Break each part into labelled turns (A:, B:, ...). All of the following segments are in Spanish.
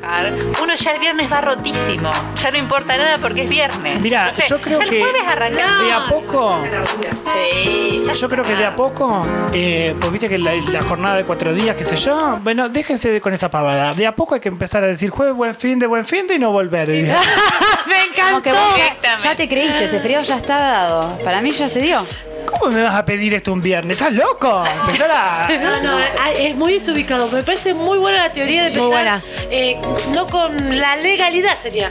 A: trabajar, uno ya el viernes va rotísimo. Ya no importa nada porque es viernes.
B: Mirá,
A: Entonces,
B: yo creo
A: ya
B: que
A: el jueves arrancar.
B: de a poco,
A: Sí, ya
B: yo creo que de a poco, eh, pues viste que la, la jornada de cuatro días, qué sé yo, bueno, déjense de- con esa pavada. De a poco hay que empezar a decir jueves, buen fin de buen fin de y no volver. Y-
A: Me
C: Como
A: encantó.
C: que vos ya,
A: Directamente.
C: ya te creíste, ese frío ya está dado. Para mí ya se dio.
B: ¿Cómo me vas a pedir esto un viernes? ¿Estás loco? Empezar a...
D: No, no, ah, es muy desubicado. Me parece muy buena la teoría de empezar.
E: Muy buena.
D: eh, no con la legalidad sería.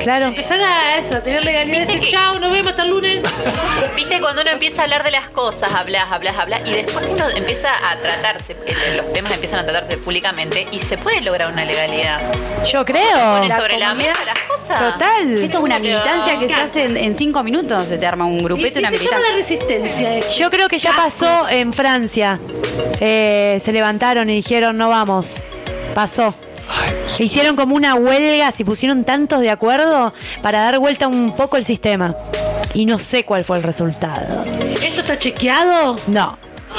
E: Claro.
D: Empezar a eso, a tener legalidad.
A: Viste
D: Decir,
A: que-
D: chao, nos vemos hasta el lunes.
A: Viste, cuando uno empieza a hablar de las cosas, hablas, hablas, hablas, y después uno empieza a tratarse, el- los temas empiezan a tratarse públicamente y se puede lograr una legalidad.
E: Yo creo.
A: Pones
C: la
A: sobre la
C: comunidad-
A: mesa las cosas.
C: Esto
E: Total.
C: es una
A: Claro.
C: militancia que se
D: Claro.
C: hace en, en cinco minutos. Se te arma un
D: Y- y
C: grupete, una
D: se llama
C: militancia.
D: la resistencia. eh.
E: Yo creo que ya pasó en Francia. Eh, se levantaron y dijeron no vamos. Pasó. Se hicieron como una huelga, se pusieron tantos de acuerdo para dar vuelta un poco el sistema. Y no sé cuál fue el resultado.
D: ¿Esto está chequeado?
E: No.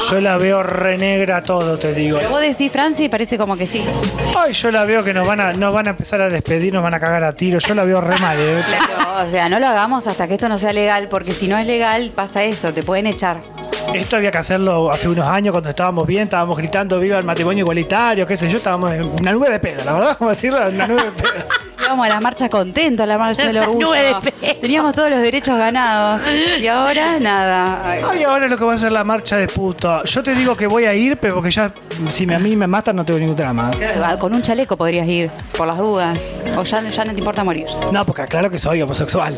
B: Yo la veo renegra todo, te digo.
C: Pero vos decís Francia y parece como que sí.
B: Ay, yo la veo que nos van a, nos van a empezar a despedir, nos van a cagar a tiro. Yo la veo re mal, eh.
C: Claro, o sea, no lo hagamos hasta que esto no sea legal, porque si no es legal pasa eso, te pueden echar.
B: Esto había que hacerlo hace unos años cuando estábamos bien, estábamos gritando viva el matrimonio igualitario, qué sé yo, estábamos en una nube de pedo, la verdad, como decirlo, en una nube de pedo.
C: Íbamos a las marchas contentos, a la marcha del
E: La
C: orgullo.
E: nube de fe.
C: Teníamos todos los derechos ganados. Y ahora nada. Ay.
B: Ay, ahora lo que va a ser la marcha de puto. Yo te digo que voy a ir, pero porque ya, si me- a mí me matan, no tengo ningún drama.
C: Con un chaleco podrías ir, por las dudas. O ya, ya no te importa morir.
B: No, porque claro que soy homosexual.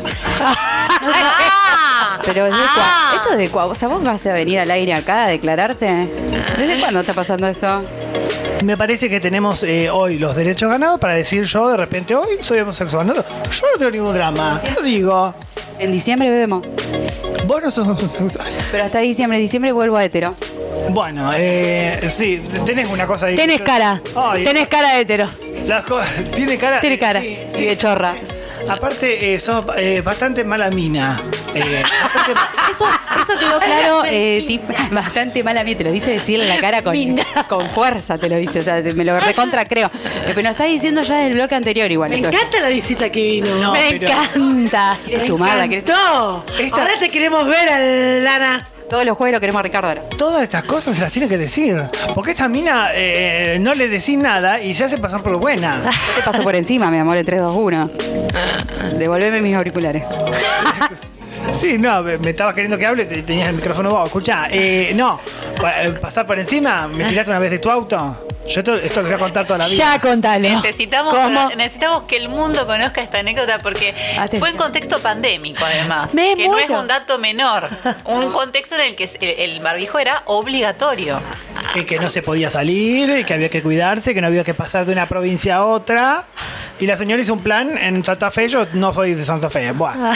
C: Pero desde cuándo? Esto desde cuándo? O sea, vos vas a venir al aire acá a declararte. ¿Desde cuándo está pasando esto?
B: Me parece que tenemos eh, hoy los derechos ganados para decir yo de repente hoy soy homosexual. No, yo no tengo ningún drama. Lo digo.
C: En diciembre bebemos.
B: Vos no sos homosexual.
C: Pero hasta diciembre, diciembre vuelvo a hetero.
B: Bueno, eh, sí, tenés una cosa ahí.
E: Tenés cara.
B: Eh, Ay,
E: Tenés cara de hetero.
B: las cosas- tiene cara.
E: Tiene
B: eh,
E: cara.
B: sí,
C: Sí, de chorra.
B: Aparte, eh, sos eh, bastante mala mina. Eh, bastante ma-
C: Eso, eso quedó claro, eh, tip- bastante mal a mí. Te lo dice decir en la cara con, con fuerza, te lo dice. O sea, te- me lo recontra creo. Eh, Pero lo estás diciendo ya del bloque anterior igual.
D: Me
C: esto.
D: encanta la visita que vino.
B: No,
E: Me
B: pero-
E: encanta.
C: Querés sumarla, querés-
D: No,
B: Esta-
D: ahora te queremos ver, al- Lana.
C: Todos los jueves lo queremos a Ricardo ahora.
B: Todas estas cosas se las tiene que decir. Porque esta mina eh, no le decís nada y se hace pasar por buena.
C: Yo te paso por encima, mi amor, en 3, 2, 1. Devolveme mis auriculares.
B: Sí, no, me, me estabas queriendo que hable, te- tenías el micrófono vos. Escuchá, eh, no, pa- eh, pasar por encima, me tiraste una vez de tu auto. Yo esto, esto lo voy a contar toda la vida.
E: Ya contale.
A: Necesitamos,
E: ¿Cómo?
A: necesitamos que el mundo conozca esta anécdota porque
C: Atención.
A: fue en contexto pandémico además,
E: Me
A: que no es
E: muero.
A: un dato menor, un contexto en el que el, el barbijo era obligatorio.
B: Y que no se podía salir, y que había que cuidarse, que no había que pasar de una provincia a otra. Y la señora hizo un plan en Santa Fe, yo no soy de Santa Fe. Buah.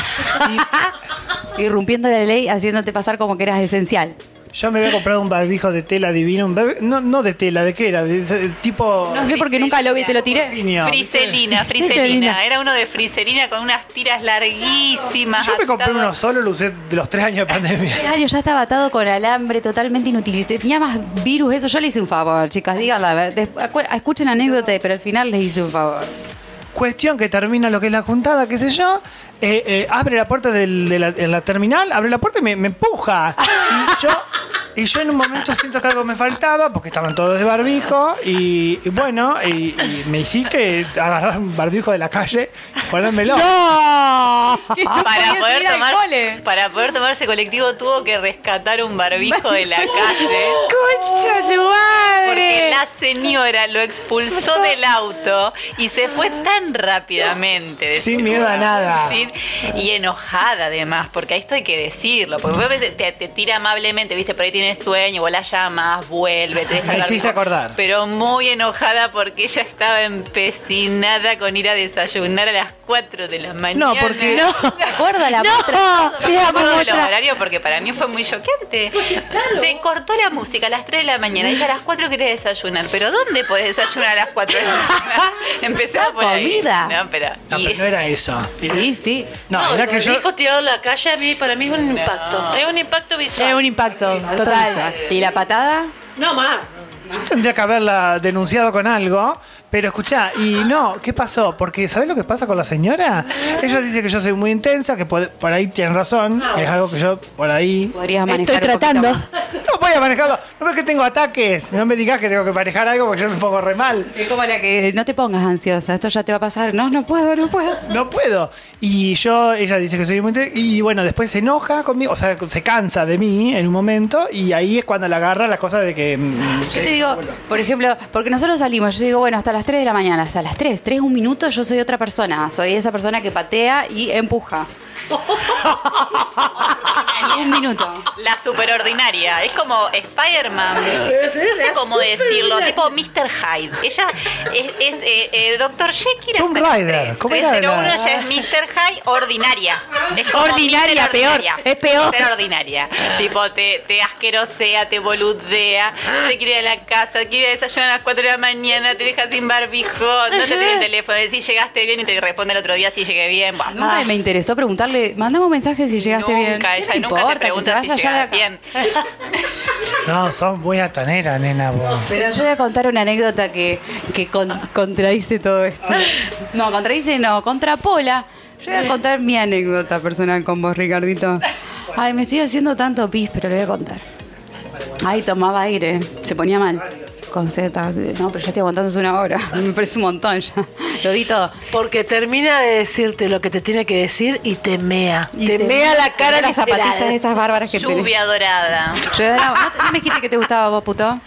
C: Irrumpiendo la ley, haciéndote pasar como que eras esencial.
B: Yo me había comprado un barbijo de tela divino, un barbi- no, no de tela, ¿de qué era? De ese tipo...
C: No sé por qué nunca lo vi, te lo tiré.
B: Niño.
A: Friselina, friselina,
E: Friselina.
A: era uno de friselina con unas tiras larguísimas.
B: Yo me compré
A: atado.
B: uno solo, lo usé de los tres años de pandemia.
C: Ario ya estaba atado con alambre, totalmente inútil. Tenía más virus eso. Yo le hice un favor, chicas, díganla. a ver, des- acu- Escuchen anécdota, pero al final les hice un favor.
B: Cuestión que termina lo que es la juntada, qué sé yo. eh, eh, abre la puerta del- de la, en la terminal, abre la puerta y me, me empuja. Y yo, y yo en un momento siento que algo me faltaba porque estaban todos de barbijo. Y, y bueno, y, y me hiciste agarrar un barbijo de la calle, ponérmelo.
E: ¡No!
A: para
C: podía
A: poder
C: seguir Ah, al
A: tomar
C: cole.
A: para poder tomar ese colectivo tuvo que rescatar un barbijo de la calle
E: ¡Concha de
A: porque
E: madre!
A: la señora lo expulsó del auto y se fue tan rápidamente de
B: Sin
A: ese
B: miedo a
A: lugar.
B: nada.
A: Sin- y enojada además porque esto hay que decirlo porque vos te, te- te tira amablemente viste por ahí tienes sueño vos la llamas vuelve te deja
B: Me
A: el
B: hiciste
A: barbijo,
B: acordar.
A: pero muy enojada porque ella estaba empecinada con ir a desayunar a las 4 de la mañana
B: No, porque-
C: ¿Se acuerda la
E: ¡No!
A: no me
E: Mira,
A: acuerdo de los
E: otra.
A: horarios porque para mí fue muy choqueante. Se cortó la música a las 3 de la mañana. Ella a las 4 quería desayunar. Pero ¿dónde podés desayunar a las 4 de la mañana? Empezaba
C: La
A: por ahí.
C: comida.
A: No, pero.
B: No,
A: y-
B: pero no era eso.
C: Sí, sí.
B: No, era que yo.
D: hijo tirado en la calle, a mí, para mí es un impacto. Es un impacto visual.
E: Es un impacto total.
C: ¿Y la patada?
D: No, más.
B: Yo tendría que haberla denunciado con algo, Pero escuchá, y no, ¿qué pasó? Porque ¿sabés lo que pasa con la señora? Ella dice que yo soy muy intensa, que puede- por ahí tienen razón, que es algo que yo por ahí...
C: Podrías manejar
E: Estoy
C: un poquito
E: tratando.
C: más.
B: No voy a manejarlo, no ves que tengo ataques, no me digas que tengo que manejar algo porque yo me pongo re mal.
C: Es como la que no te pongas ansiosa, esto ya te va a pasar. No, no puedo, no puedo.
B: No puedo. Y yo, ella dice que soy muy intensa, y bueno, después se enoja conmigo, o sea, se cansa de mí en un momento, y ahí es cuando la agarra la cosa de que... mm,
C: Yo te digo, por ejemplo, porque nosotros salimos, yo digo, bueno, hasta las 3 de la mañana, hasta las 3, 3 un minuto, yo soy otra persona, soy esa persona que patea y empuja. Y un minuto.
A: La superordinaria. Es como Spider-Man. No sé cómo decirlo. Tipo Mr. Hyde. Ella es, es, eh, eh, Dr. Jekyll.
B: Tomb
A: hasta las
B: Raider,
A: tres.
B: ¿cómo era?
A: 301 ya es Mr. Hyde ordinaria. Es como
E: Ordinaria,
A: Mr.
E: peor,
A: ordinaria.
E: es peor.
A: Mr. ordinaria. Tipo, te, te asquerosea, te boludea, se quiere ir a la casa, quiere desayunar a las 4 de la mañana, te deja sin barbijo, no te tiene el teléfono. Si llegaste bien y te responde el otro día si llegué bien. Bah.
C: Nunca me interesó preguntarle, mandame un mensaje si llegaste bien.
A: Ah. Nunca,
C: ¿Qué
A: ella
C: me
A: nunca
C: importa
A: te
C: que se
A: pregunta si
C: vaya ya de
A: llegas
C: acá?
A: bien.
B: No, son muy atanera, nena, vos.
C: Pero yo voy a contar una anécdota que, que con- contradice todo esto. No, contradice no, contrapola. Yo voy a contar mi anécdota personal con vos, Ricardito. Ay, me estoy haciendo tanto pis, pero lo voy a contar. Ay, tomaba aire, se ponía mal. Con setas, no, pero ya estoy aguantando hace una hora. Me parece un montón ya. Lo di todo.
F: Porque termina de decirte lo que te tiene que decir y te mea.
C: Y
F: te, mea la cara
C: las
F: literal.
C: zapatillas de esas bárbaras que tenés.
A: Lluvia dorada.
C: Yo era- ¿no, te- no me dijiste que te gustaba vos, puto?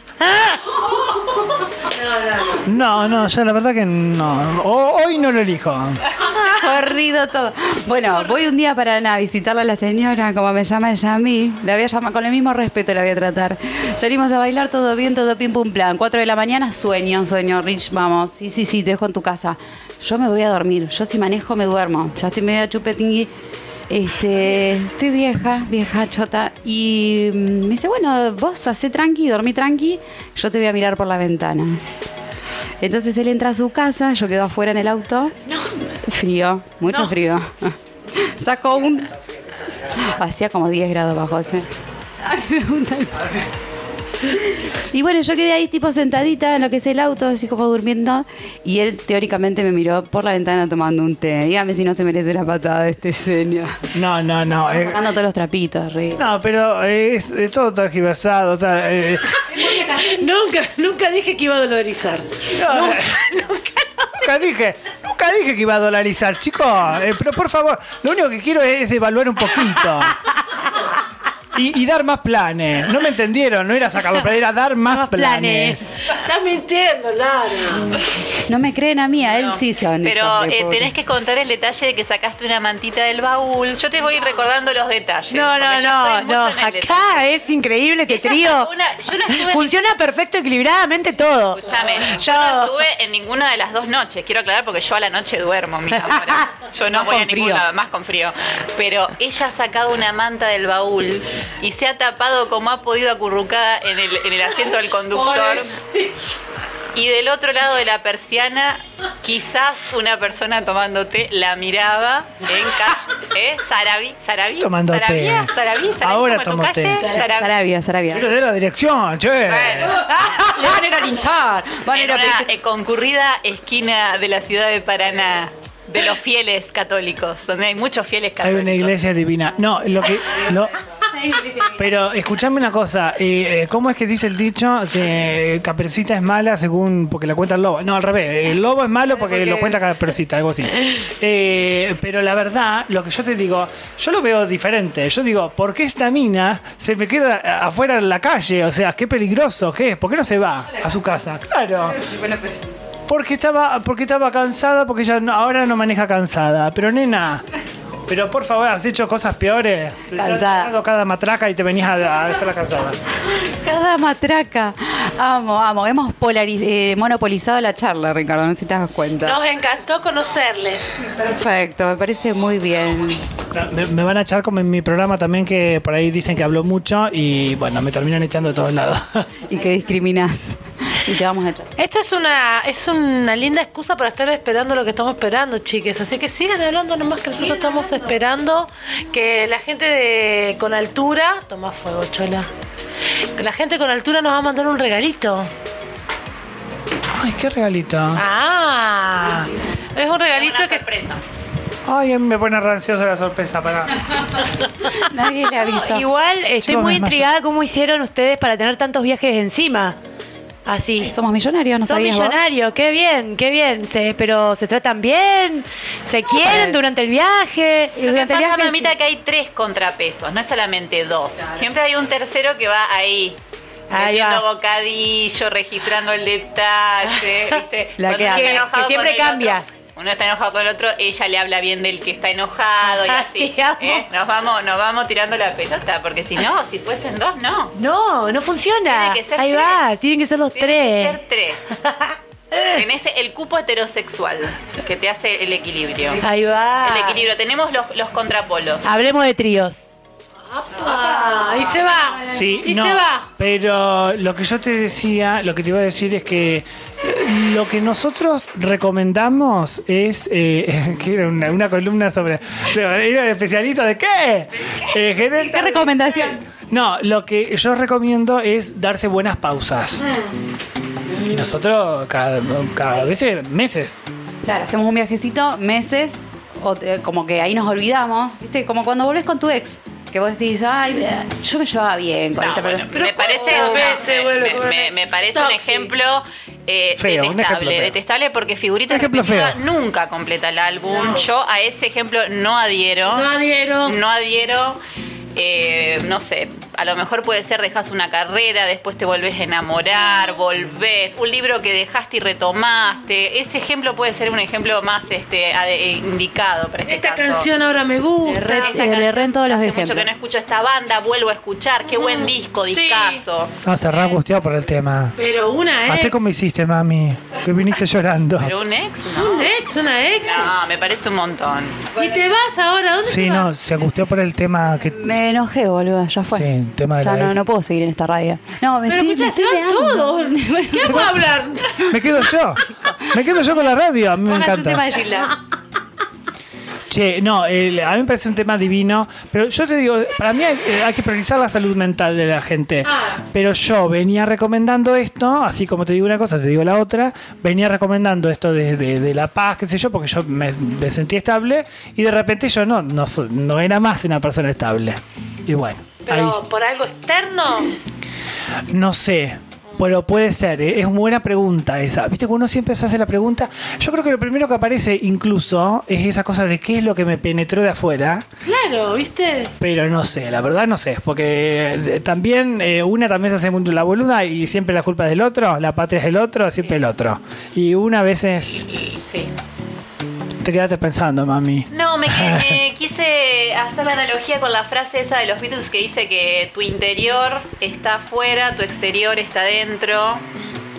B: No, no, yo la verdad que no. O- hoy no lo elijo.
C: Corrido todo. Bueno, voy un día para nada a visitarla a la señora, como me llama ella a mí. La voy a llamar con el mismo respeto, la voy a tratar. Salimos a bailar, todo bien, todo pim pum plan. Cuatro de la mañana, sueño, sueño, Rich, vamos. Sí, sí, sí, te dejo en tu casa. Yo me voy a dormir. Yo si manejo me duermo. Ya estoy medio chupetingui. Este, estoy vieja, vieja chota. Y mm, me dice, bueno, vos hacé tranqui, dormí tranqui, yo te voy a mirar por la ventana. Entonces él entra a su casa, yo quedo afuera en el auto. Frío, mucho frío. Sacó un. Hacía como 10 grados bajo ese. Ay, me gusta el- Y bueno, yo quedé ahí tipo sentadita en lo que es el auto, así como durmiendo, y él teóricamente me miró por la ventana tomando un té. Dígame si no se merece una patada de este señor.
B: No, no, no. eh,
C: Sacando todos los trapitos, re.
B: no, pero es, es todo tergiversado. O sea, eh,
F: Nunca, nunca dije que iba a dolorizar.
B: no, eh, nunca dije, nunca dije que iba a dolarizar, chicos. Eh, pero por favor, lo único que quiero es, evaluar un poquito. Y, y dar más planes. No me entendieron, no era sacarlo, pero era dar más,
E: Más planes.
B: planes.
F: Estás mintiendo, Lara.
C: No me creen a mí, a él
A: No,
C: sí son.
A: Pero
C: hijos de
A: eh,
C: puta.
A: tenés que contar el detalle de que sacaste una mantita del baúl. Yo te voy recordando los detalles.
E: No, no,
A: porque yo
E: no,
A: estoy mucho
E: no.
A: en el detalle.
E: Acá es increíble este
A: Ella
E: trío.
A: sacó una- yo no estuve en-
E: Funciona perfecto, equilibradamente todo.
A: Escúchame, yo
E: Todo.
A: no estuve en ninguna de las dos noches. Quiero aclarar porque yo a la noche duermo, mis amores. Yo no
C: Más
A: voy a
C: con frío.
A: ninguna, más con frío. Pero ella ha sacado una manta del baúl y se ha tapado como ha podido acurrucada en el, en el asiento del conductor. Y del otro lado de la persiana, quizás una persona tomando té la miraba en calle. ¿Eh? Sarabi, Sarabi.
B: Tomando té.
A: Sarabia, Sarabi, Sarabi,
B: Ahora
A: como tu
B: tomo té.
A: calle,
C: Sar-
A: Sarabi.
C: Sarabia, Sarabia.
B: Pero de la dirección, che.
A: Bueno.
C: Le van a ir a linchar. Van a
A: en
C: ir a
A: una
C: pedir-
A: eh, concurrida esquina de la ciudad de Paraná, de los fieles católicos, donde hay muchos fieles
B: Hay
A: católicos.
B: una iglesia divina. No, lo que. lo- pero escuchame una cosa. eh, eh, ¿Cómo es que dice el dicho? Que Capercita es mala según. porque la cuenta el lobo. No, al revés. El lobo es malo porque, lo cuenta Capercita, algo así. Eh, pero la verdad, lo que yo te digo, yo lo veo diferente. Yo digo, ¿por qué esta mina se me queda afuera en la calle? O sea, qué peligroso, ¿qué es? ¿Por qué no se va a su casa? Claro.
C: Bueno, pero-
B: Porque estaba, porque estaba cansada, porque ella no- ahora no maneja cansada. Pero nena, pero por favor, has hecho cosas peores. Te has
C: Cansada.
B: dado cada matraca y te venías a, a hacer la cansada.
C: Cada matraca. Amo, amo. Hemos polariz- eh, monopolizado la charla, Ricardo, no sé si te das cuenta.
F: Nos encantó conocerles.
C: Perfecto, me parece muy bien.
B: No, Me, me van a echar como en mi programa también, que por ahí dicen que habló mucho y bueno, me terminan echando de todos lados.
C: Y que discriminás. Sí, te vamos a echar.
F: Esto es una, es una linda excusa para estar esperando lo que estamos esperando, chiques. Así que sigan hablando nomás que nosotros estamos esperando que la gente de, con altura... Toma fuego, chola. Que La gente con altura nos va a mandar un regalito.
B: Ay, qué regalito.
F: Ah, es un regalito
A: Una
F: que
A: sorpresa.
B: Ay, me pone ranciosa la sorpresa. Para.
C: Nadie le avisó.
E: Igual estoy
B: Chicos, me
E: muy
B: desmayo.
E: intrigada cómo hicieron ustedes para tener tantos viajes encima. Así.
C: Somos millonarios, ¿no
E: Son
C: sabías vos?
E: millonarios, qué bien, qué bien. Se, pero se tratan bien, se quieren
C: para-
E: durante el viaje.
C: Y durante
A: Lo
C: el
A: que pasa,
C: viaje
A: mamita,
C: sí.
A: que hay tres contrapesos, no es solamente dos. Siempre hay un tercero que va ahí.
E: Ahí
A: metiendo
E: va.
A: bocadillo, registrando el detalle, ¿viste?
C: La
A: Cuando
C: que
A: uno está
C: hace.
A: enojado
E: Que siempre
A: con el
E: cambia.
A: otro, uno está enojado con el otro, ella le habla bien del que está enojado y
E: Ah,
A: así.
E: te amo.
A: ¿eh? Nos vamos, nos vamos tirando la pelota, porque si no, si fuesen dos, no.
E: No, no funciona.
A: Tiene que ser
E: Ahí
A: tres.
E: va, tienen que ser los tres.
A: Tienen que ser tres. Tenés el cupo heterosexual que te hace el equilibrio.
E: Ahí
A: El
E: va.
A: equilibrio, tenemos los, los contrapolos.
E: Hablemos de tríos.
F: ahí se va.
B: Sí,
F: y
B: no,
F: se va.
B: Pero lo que yo te decía, lo que te iba a decir es que eh, lo que nosotros recomendamos es eh, que era una, una columna sobre pero era el especialista de qué, Eh, gerente-
C: ¿Qué recomendación?
B: no, lo que yo recomiendo es darse buenas pausas. Y nosotros cada, cada vez meses.
C: Claro, hacemos un viajecito, meses, o te- como que ahí nos olvidamos, ¿viste? Como cuando volvés con tu ex, que vos decís, ay, eh, yo me llevaba bien con
A: No,
C: esta
A: Ah, bueno,
C: persona".
A: me parece,
F: ¿cómo?
A: no,
F: Veces,
A: me-
F: vuelve,
A: me-
F: vuelve.
A: me- me parece un
F: Toxic.
A: ejemplo eh,
B: Feo, un
A: detestable,
B: ejemplo feo.
A: detestable porque figurita
B: Un ejemplo feo.
A: repetida nunca completa el álbum. Yo a ese ejemplo no adhiero.
F: No adhiero.
A: No adhiero. eh, no sé, a lo mejor puede ser dejas una carrera, después te volvés a enamorar, volvés, un libro que dejaste y retomaste. Ese ejemplo puede ser un ejemplo más este ade- indicado para este
F: Esta
A: caso.
F: canción ahora me
C: Re-
F: gusta.
A: Esta
C: eh,
A: canción,
C: le re en todos los
A: hace mucho
C: ejemplos.
A: que no escucho esta banda, vuelvo a escuchar. Qué buen disco,
F: Sí.
A: discazo.
B: No, se re angustiado por el tema.
F: Pero una ex.
B: Hacé como hiciste, mami, que viniste llorando.
A: Pero un ex,
F: Un
A: ¿no?
F: ex, una ex.
A: No, me parece un montón.
F: Y te vas ahora, ¿dónde
B: Sí,
F: te
B: no,
F: vas?
B: se angustió por el tema que...
C: Me enojé, boludo, ya fue.
B: Sí, el tema de
C: ya
B: la
C: no,
B: ex.
C: no puedo seguir en esta radio. No, me
F: Pero
C: estoy,
F: escuchá,
C: me
F: se
C: estoy
F: van
C: meando.
F: todos. ¿Qué vamos a hablar?
B: Me quedo yo. Me quedo yo con la radio. A mí me
C: Póngase un tema
B: encanta.
C: de Gilda.
B: Che, no, el- a mí me parece un tema divino. Pero yo te digo, para mí hay, eh, hay que priorizar la salud mental de la gente.
C: Ah.
B: Pero yo venía recomendando esto, así como te digo una cosa, te digo la otra. Venía recomendando esto de, de- de la paz, qué sé yo, porque yo me, me sentí estable. Y de repente yo no, no, so- no era más una persona estable. Y bueno, ahí.
F: Pero por algo externo.
B: No sé. Pero puede ser, ¿eh? es una buena pregunta esa. Viste que uno siempre se hace la pregunta. Yo creo que lo primero que aparece incluso es esa cosa de qué es lo que me penetró de afuera.
F: Claro, ¿viste?
B: Pero no sé, la verdad no sé. Porque eh, también eh, una también se hace mucho la boluda y siempre la culpa es del otro, la patria es del otro, siempre el otro. Y una a veces
A: Sí.
B: te quedaste pensando, mami.
A: No, me, que- me quise hacer la analogía con la frase esa de los Beatles que dice que tu interior está afuera, tu exterior está dentro.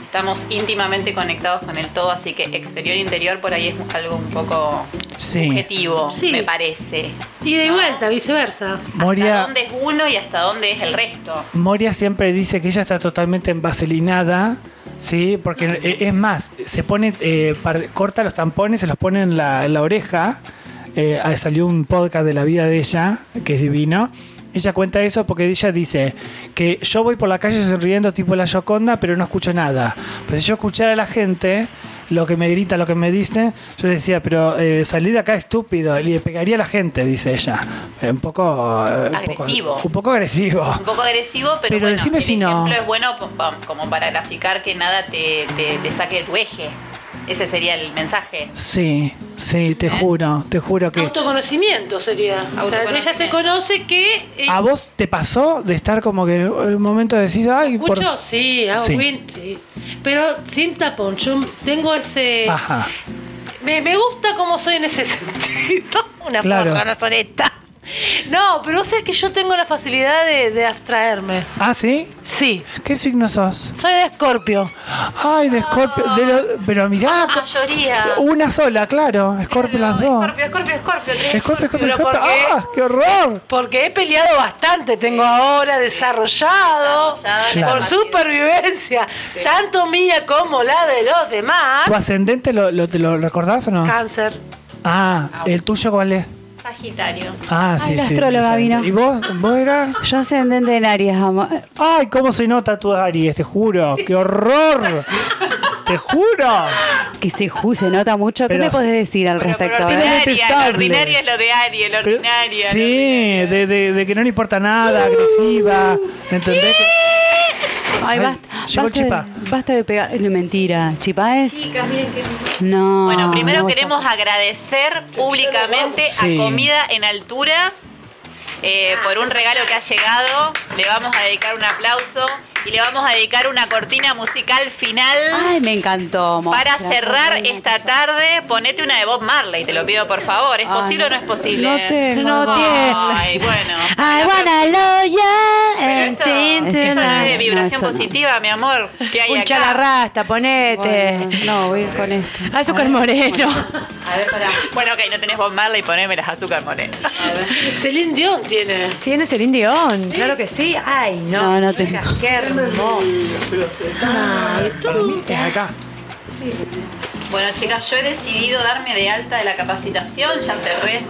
A: Estamos íntimamente conectados con el todo, así que exterior-interior por ahí es algo un poco
B: Sí.
A: objetivo,
F: Sí.
A: me parece.
F: Y de vuelta, viceversa.
A: Hasta
B: Moria.
A: dónde es uno y hasta dónde es el resto.
B: Moria siempre dice que ella está totalmente envaselinada, ¿sí? Porque eh, es más, se pone, eh, par- corta los tampones, se los pone en la, en la oreja. Eh, ah, salió un podcast de la vida de ella, que es divino. Ella cuenta eso porque ella dice que yo voy por la calle sonriendo tipo la Yoconda, pero no escucho nada. Pero si yo escuchara a la gente, lo que me grita, lo que me dice, yo le decía, pero eh, salí de acá estúpido, y le pegaría a la gente, dice ella. Eh, un poco... eh, un poco-
A: Agresivo.
B: un poco agresivo.
A: Un poco agresivo, pero,
B: Pero
A: bueno,
B: decime
A: el
B: si no.
A: ejemplo es bueno po- pa- como para graficar que nada te, te- te saque de tu eje. Ese sería el mensaje.
B: Sí, sí, te juro, te juro que...
F: Autoconocimiento sería. O sea,
A: Autoconocimiento.
F: ella se conoce que. eh,
B: ¿A vos te pasó de estar como que en un momento decís, ay, por...
F: ¿Escucho? Sí, hago
B: Sí.
F: win, sí. Pero sin tapón, yo tengo ese.
B: Ajá.
F: Me, me gusta cómo soy en ese sentido. Una
B: Claro.
F: porra, una soneta. No, pero vos sabés que yo tengo la facilidad de, de abstraerme.
B: ¿Ah, sí?
F: Sí,
B: ¿Qué signo sos?
F: soy de Escorpio.
B: Ay, de Scorpio... de lo- Pero mirá, co-
A: Mayoría.
B: una sola, claro. Scorpio las dos.
A: Escorpio, Escorpio, Escorpio. tres
B: Scorpio, Scorpio,
F: pero
B: Scorpio.
F: ¿por qué?
B: ¡Ah, qué horror!
F: Porque he peleado bastante, tengo ahora desarrollado
A: Desarrollada
B: la
F: por
A: capacidad.
F: supervivencia, tanto mía como la de los demás.
B: ¿Tu ascendente lo, lo, te lo recordás o no?
F: Cáncer.
B: Ah, ¿el tuyo cuál es?
A: Sagitario.
B: Ah, sí,
C: la
B: sí.
C: astróloga
B: diferente.
C: vino.
B: ¿Y vos? ¿Vos eras?
C: Yo ascendente en Aries, amor.
B: Ay, cómo se nota tu Aries, te juro. ¡Qué horror! Te juro.
C: Ah, Que se, ju- se nota mucho. ¿Qué
B: Pero-
C: me podés decir al
A: Bueno, pero
C: respecto? eh?
B: ordinaria,
A: ordinaria, la
B: detestable.
A: ordinaria es lo de Ari, la
B: Pero-
A: ordinaria. Uh.
B: sí, de, de- de que no le importa nada, agresiva. ¿Entendés? Ay,
C: Ay, basta,
B: llegó
C: basta de-
B: Chipá.
C: basta de pegar. Es mentira. Chipá es. No.
A: Bueno, primero
C: Ah, no,
A: queremos agradecer públicamente
B: Sí.
A: a Comida en Altura eh, por un regalo que ha llegado. Le vamos a dedicar un aplauso y le vamos a dedicar una cortina musical final.
C: Ay, me encantó.
A: Para
C: Mostra,
A: cerrar
C: qué buena
A: esta
C: cosa.
A: tarde, ponete una de Bob Marley, te lo pido por favor. ¿Es
C: Ay,
A: posible o no es posible?
C: no tengo,
E: No
C: no.
A: Ay,
E: tiene.
A: bueno.
F: Ah,
E: I wanna love ya. Eh,
A: Pero esto,
C: esto
A: esto no es de
C: no,
A: vibración
C: esto no.
A: positiva, mi amor. ¿Qué hay
E: Un
A: acá?
E: chalarrasta, ponete.
C: Bueno, no, voy a ir con esto.
E: Azúcar
C: A ver,
E: moreno.
C: A ver, pará.
A: Bueno, ok, no tenés Bob Marley, poneme las azúcar morena.
F: Celine Dion tiene.
E: Tiene Celine Dion, claro que sí. Ay, no.
C: No, no tengo.
E: Qué hermoso.
B: Para mí es acá.
A: Bueno, chicas, yo he decidido darme de alta de la capacitación, ya cerré.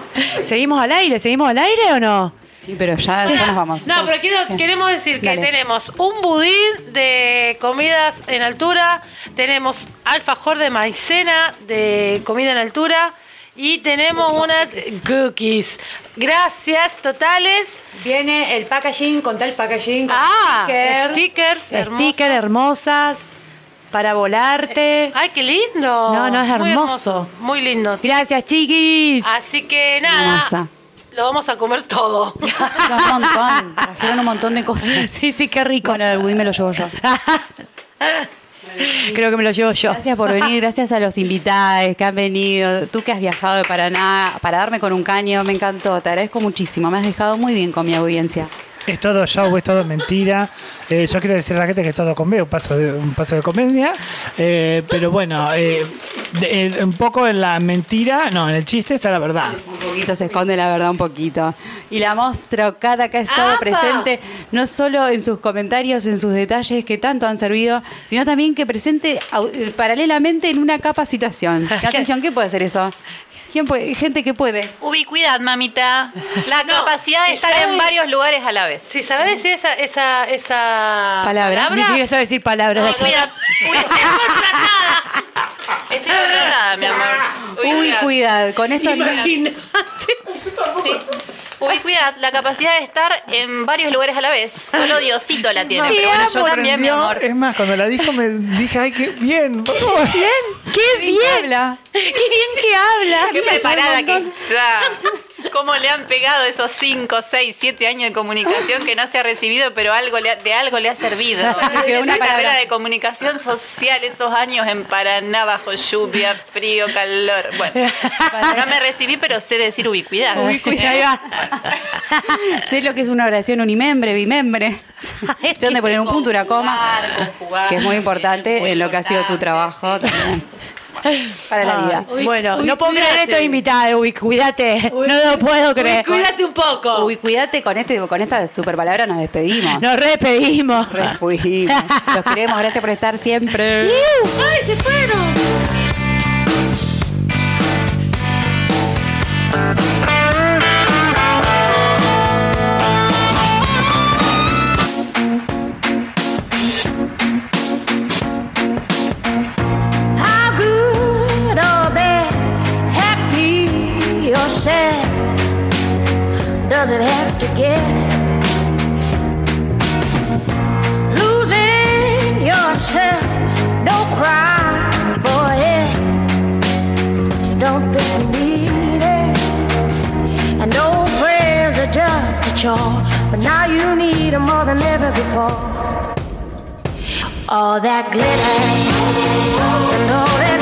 E: ¿Seguimos al aire? ¿Seguimos al aire o no?
C: Sí, pero ya, ya nos vamos.
F: No, pero quiero- queremos decir que
C: Dale.
F: tenemos un budín de comidas en altura, tenemos alfajor de maicena de comida en altura y tenemos unas cookies. Gracias totales.
E: Viene el packaging con tal packaging. con
F: Ah,
E: stickers,
F: stickers. hermosos.
E: sticker hermosas para volarte.
F: Ay, qué lindo.
E: No, no, es
F: Muy
E: hermoso.
F: Muy lindo.
E: Gracias, chiquis.
F: Así que nada,
C: Masa.
F: lo vamos a comer todo.
C: Chicos, un montón. Trajeron un montón de cosas.
E: Sí, sí, qué rico.
C: Bueno, el budín me lo llevo yo.
E: Creo que me lo llevo yo.
C: Gracias por venir, gracias a los invitados que han venido, tú que has viajado de Paraná para darme con un caño, me encantó, te agradezco muchísimo, me has dejado muy bien con mi audiencia.
B: Es todo show, es todo mentira. Eh, yo quiero decir a la gente que es todo comedia, un paso de, un paso de comedia. Eh, pero bueno, eh, de- eh, un poco en la mentira, no, en el chiste está la verdad.
C: Un poquito se esconde la verdad, un poquito. Y la monstruo cada que ha estado
F: ¡Apa!
C: presente, no solo en sus comentarios, en sus detalles que tanto han servido, sino también que presente au- eh, paralelamente en una capacitación. Atención, ¿qué puede hacer eso? ¿Quién puede? Gente que puede.
A: Ubicuidad, mamita. La
F: No,
A: capacidad de
F: y
A: estar en
F: sabe-
A: varios lugares a la vez.
F: Si sabés decir esa, esa, esa
C: Palabra.
E: Ni siquiera sabe decir palabras. la chica.
A: Ubicuidad. Uy, estoy contratada. Estoy contratada, mi amor.
C: Uy, cuidado, con esto no-
A: Sí. Ubicuidad, la capacidad de estar en varios lugares a la vez. Solo Diosito la tiene. Pero bueno, yo también, mi amor.
B: Es más, cuando la dijo me dije, ay, qué bien.
E: ¡Qué bien!
C: habla.
E: ¡Qué bien que habla!
A: Qué preparada que está. Cómo le han pegado esos 5, 6, 7 años de comunicación que no se ha recibido, pero algo le ha- de algo le ha servido.
C: quedó una
A: Esa carrera
C: palabra.
A: de comunicación social, esos años en Paraná, bajo lluvia, frío, calor. Bueno, no me recibí, pero sé decir ubicuidad.
E: Ahí va.
C: sé lo que es una oración unimembre, bimembre. sé dónde poner un punto, una coma,
A: Conjugar, conjugar,
C: que es muy importante
A: muy
C: en lo que ha sido tu
A: importante.
C: trabajo también. Para la vida.
E: bueno,
F: uy,
E: no puedo creer
F: cuídate.
E: esto invitado, Uy, cuídate. no lo puedo
F: Uy,
E: creer.
F: cuídate un poco.
C: Uy, cuídate con este, con esta super palabra nos despedimos.
E: Nos despedimos.
C: Refuimos. Los queremos, gracias por estar siempre.
F: ¡Ay, se fueron!
G: How good or bad, happy or sad, does it have to get? Losing yourself, don't cry for it. You don't think you need it. And old friends are just a chore, but now you need 'em more than ever before. All that glitter. Glory